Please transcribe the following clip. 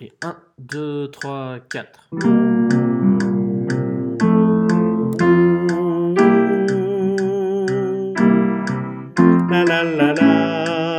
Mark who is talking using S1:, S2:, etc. S1: Et 1, 2, 3, 4.
S2: La la la la.